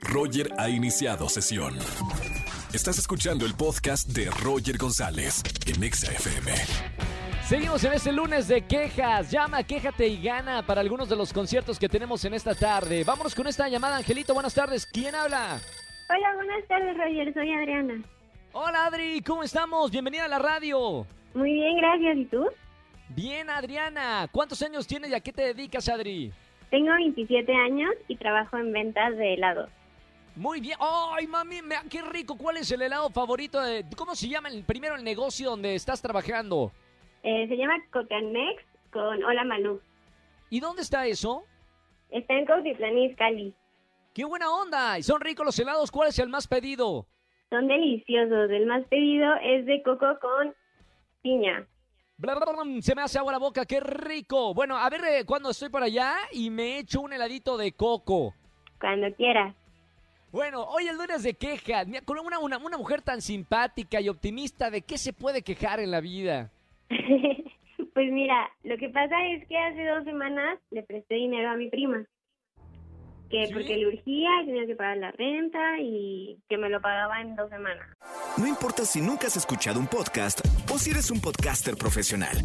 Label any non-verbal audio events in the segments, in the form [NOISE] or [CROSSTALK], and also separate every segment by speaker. Speaker 1: Roger ha iniciado sesión. Estás escuchando el podcast de Roger González en Exa FM.
Speaker 2: Seguimos en este lunes de quejas. Llama, quéjate y gana para algunos de los conciertos que tenemos en esta tarde. Vámonos con esta llamada, Angelito. Buenas tardes. ¿Quién habla?
Speaker 3: Hola, buenas tardes, Roger. Soy Adriana.
Speaker 2: Hola, Adri. ¿Cómo estamos? Bienvenida a la radio.
Speaker 3: Muy bien, gracias. ¿Y tú?
Speaker 2: Bien, Adriana. ¿Cuántos años tienes y a qué te dedicas, Adri?
Speaker 3: Tengo 27 años y trabajo en ventas de helados.
Speaker 2: Muy bien. ¡Ay, mami! me- ¡Qué rico! ¿Cuál es el helado favorito? De... ¿Cómo se llama el primero el negocio donde estás trabajando?
Speaker 3: Eh, se llama Cocanex con Hola Malú.
Speaker 2: ¿Y dónde está eso?
Speaker 3: Está en Cautitlán y Cali.
Speaker 2: ¡Qué buena onda! ¿Y son ricos los helados? ¿Cuál es el más pedido?
Speaker 3: Son deliciosos. El más pedido es de coco con piña.
Speaker 2: Bla, bla, bla, bla, se me hace agua la boca, qué rico. Bueno, a ver eh, cuando estoy por allá y me echo un heladito de coco.
Speaker 3: Cuando quieras. [LAUGHS]
Speaker 2: Bueno, hoy el lunes de quejas. Mira, con una, una, una mujer tan simpática y optimista, ¿de qué se puede quejar en la vida?
Speaker 3: pues mira, lo que pasa es que hace dos semanas le presté dinero a mi prima. Que
Speaker 2: ¿Sí?
Speaker 3: porque le urgía y tenía que pagar la renta y que me lo pagaba en dos semanas.
Speaker 4: No importa si nunca has escuchado un podcast o si eres un podcaster profesional.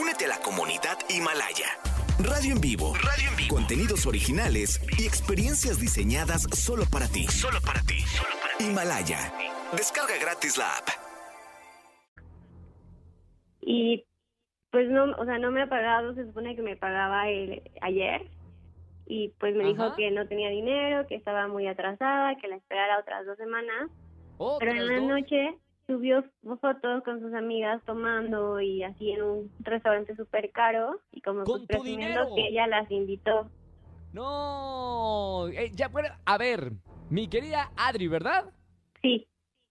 Speaker 4: Únete a la comunidad Himalaya. Radio en vivo. Radio en vivo. Contenidos originales y experiencias diseñadas solo para ti. Solo para ti. Solo para ti. Himalaya. Descarga gratis la app.
Speaker 3: Y pues no, o sea, no me ha pagado, se supone que me pagaba el, ayer. Y pues me
Speaker 2: Ajá.
Speaker 3: dijo que no tenía dinero, que estaba muy atrasada, que la esperara otras dos semanas. Pero
Speaker 2: Otras
Speaker 3: en la
Speaker 2: dos.
Speaker 3: noche subió fotos con sus amigas tomando y así en un restaurante súper caro. Y
Speaker 2: Con
Speaker 3: como pues,
Speaker 2: tu
Speaker 3: presumiendo
Speaker 2: dinero.
Speaker 3: que ella las invitó.
Speaker 2: No. eh, ya, bueno, a ver, mi querida Adri, ¿verdad?
Speaker 3: Sí,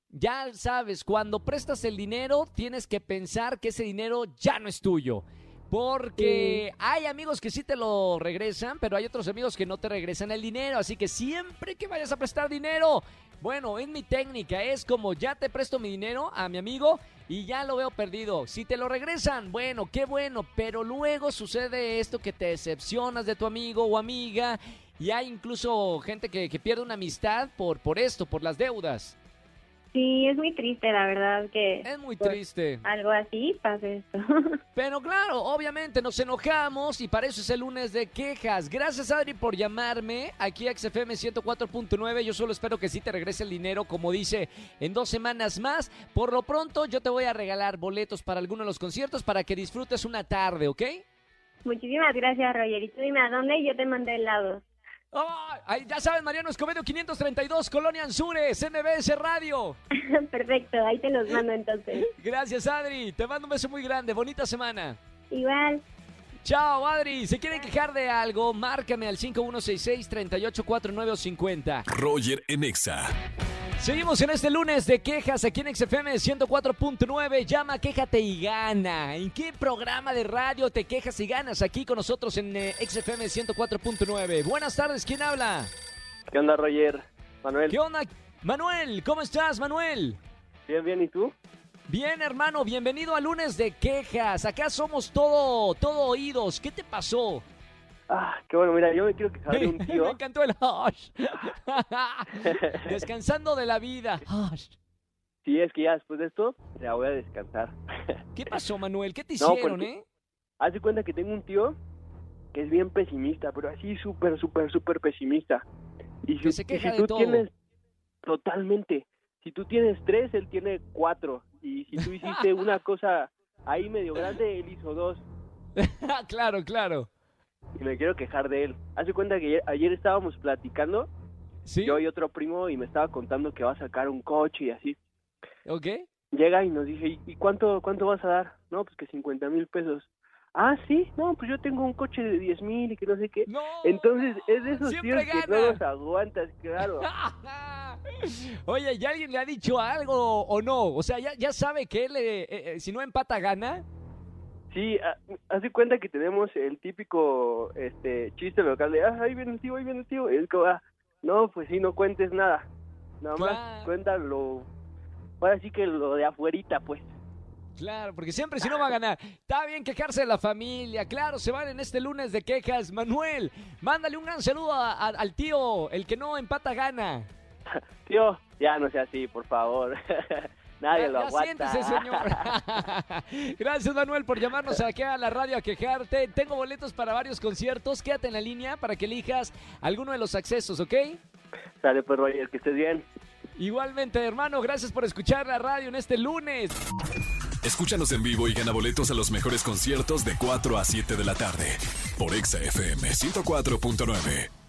Speaker 2: Ya sabes, cuando prestas el dinero, tienes que pensar que ese dinero ya no es tuyo. Porque hay amigos que sí te lo regresan, pero hay otros amigos que no te regresan el dinero. Así que siempre que vayas a prestar dinero, bueno, es mi técnica. Es como ya te presto mi dinero a mi amigo y ya lo veo perdido. Si te lo regresan, bueno, qué bueno. Pero luego sucede esto que te decepcionas de tu amigo o amiga. Y hay incluso gente que, que pierde una amistad por, por esto, por las deudas.
Speaker 3: sí, es muy triste la verdad que
Speaker 2: Es muy
Speaker 3: por
Speaker 2: triste.
Speaker 3: algo así pase esto. [LAUGHS]
Speaker 2: Pero claro, obviamente nos enojamos y para eso es el lunes de quejas. Gracias Adri por llamarme aquí a XFM 104.9. Yo solo espero que sí te regrese el dinero, como dice, en dos semanas más. Por lo pronto yo te voy a regalar boletos para alguno de los conciertos para que disfrutes una tarde, ¿ok?
Speaker 3: Muchísimas gracias, Roger. Y tú dime a dónde y yo te mandé helados.
Speaker 2: Ah, ahí ya sabes, Mariano Escobedo 532, Colonia Anzures, MBS Radio.
Speaker 3: [LAUGHS] Perfecto, ahí te los mando entonces.
Speaker 2: Gracias Adri, te mando un beso muy grande, bonita semana.
Speaker 3: Igual.
Speaker 2: Chao, Adri. Si quieren quejar de algo, márcame al 5166-384950.
Speaker 1: Roger en Exa.
Speaker 2: Seguimos en este lunes de quejas aquí en XFM 104.9. Llama, quéjate y gana. ¿En qué programa de radio te quejas y ganas? Aquí con nosotros en eh, XFM 104.9. Buenas tardes, ¿quién habla?
Speaker 5: ¿Qué onda, Roger? Manuel,
Speaker 2: ¿Qué onda? Manuel, ¿cómo estás, Manuel?
Speaker 5: bien, bien, ¿y tú?
Speaker 2: Bien, hermano, bienvenido a lunes de quejas. Acá somos todo, todo oídos. ¿Qué te pasó?
Speaker 5: Ah, qué bueno, mira, yo me quiero quejar
Speaker 2: [LAUGHS]
Speaker 5: de
Speaker 2: Me,
Speaker 5: un tío.
Speaker 2: me encantó el hush. [LAUGHS]
Speaker 5: [LAUGHS]
Speaker 2: Descansando de la vida. Hush.
Speaker 5: Si es que ya después de esto, ya voy a descansar.
Speaker 2: ¿Qué pasó, Manuel? ¿Qué te
Speaker 5: No, pues
Speaker 2: hicieron,
Speaker 5: porque-
Speaker 2: eh? [LAUGHS]
Speaker 5: Haz de cuenta que tengo un tío que es bien pesimista, pero así súper, súper, súper pesimista. Y si,
Speaker 2: Que se
Speaker 5: y
Speaker 2: queja
Speaker 5: si
Speaker 2: de
Speaker 5: tú
Speaker 2: todo.
Speaker 5: tienes... Totalmente. Si tú tienes tres, él tiene cuatro. Y si tú
Speaker 2: [LAUGHS]
Speaker 5: hiciste una cosa ahí medio grande, él hizo dos.
Speaker 2: Ah, claro, claro.
Speaker 5: Y me quiero quejar de él. Haz de cuenta que ayer- ayer estábamos platicando,
Speaker 2: ¿Sí?
Speaker 5: yo y otro primo, y me estaba contando que va a sacar un coche y así.
Speaker 2: ¿Ok?
Speaker 5: llega y nos dice, "¿Y- ¿y cuánto, cuánto vas a dar? No, pues que 50 mil pesos. Ah, sí, no, pues yo tengo un coche de 10 mil y que no sé qué.
Speaker 2: No.
Speaker 5: Entonces, es de esos
Speaker 2: Siempre
Speaker 5: tíos que
Speaker 2: [LAUGHS]
Speaker 5: no los
Speaker 2: gana.
Speaker 5: aguantas,
Speaker 2: [LAUGHS]
Speaker 5: claro.
Speaker 2: Oye, ¿ya alguien le ha dicho algo o no? O sea, ya, ya sabe que él, eh, eh, eh, si no empata, gana.
Speaker 5: Sí, ha- haz de cuenta que tenemos el típico este chiste local de, ah, ahí viene el tío, ahí viene el tío. Y es como, ah, no, pues sí, no cuentes nada. Nada
Speaker 2: Claro.
Speaker 5: más cuéntalo, ahora sí que lo de afuerita, pues.
Speaker 2: Claro, porque siempre si no va a ganar. Está bien quejarse de la familia, claro, se van en este lunes de quejas. Manuel, mándale un gran saludo a- a- al tío, el que no empata gana.
Speaker 5: Tío, ya no sea así, por favor. [LAUGHS] Nadie
Speaker 2: Ya-
Speaker 5: lo
Speaker 2: ya
Speaker 5: aguanta.
Speaker 2: siéntese, señor. [LAUGHS] Gracias, Manuel, por llamarnos aquí a la radio a quejarte. Tengo boletos para varios conciertos. Quédate en la línea para que elijas alguno de los accesos, ¿ok?
Speaker 5: Sale pues, Roger, que estés bien.
Speaker 2: Igualmente, hermano, gracias por escuchar la radio en este lunes.
Speaker 1: Escúchanos en vivo y gana boletos a los mejores conciertos de 4 a 7 de la tarde por Exa FM 104.9.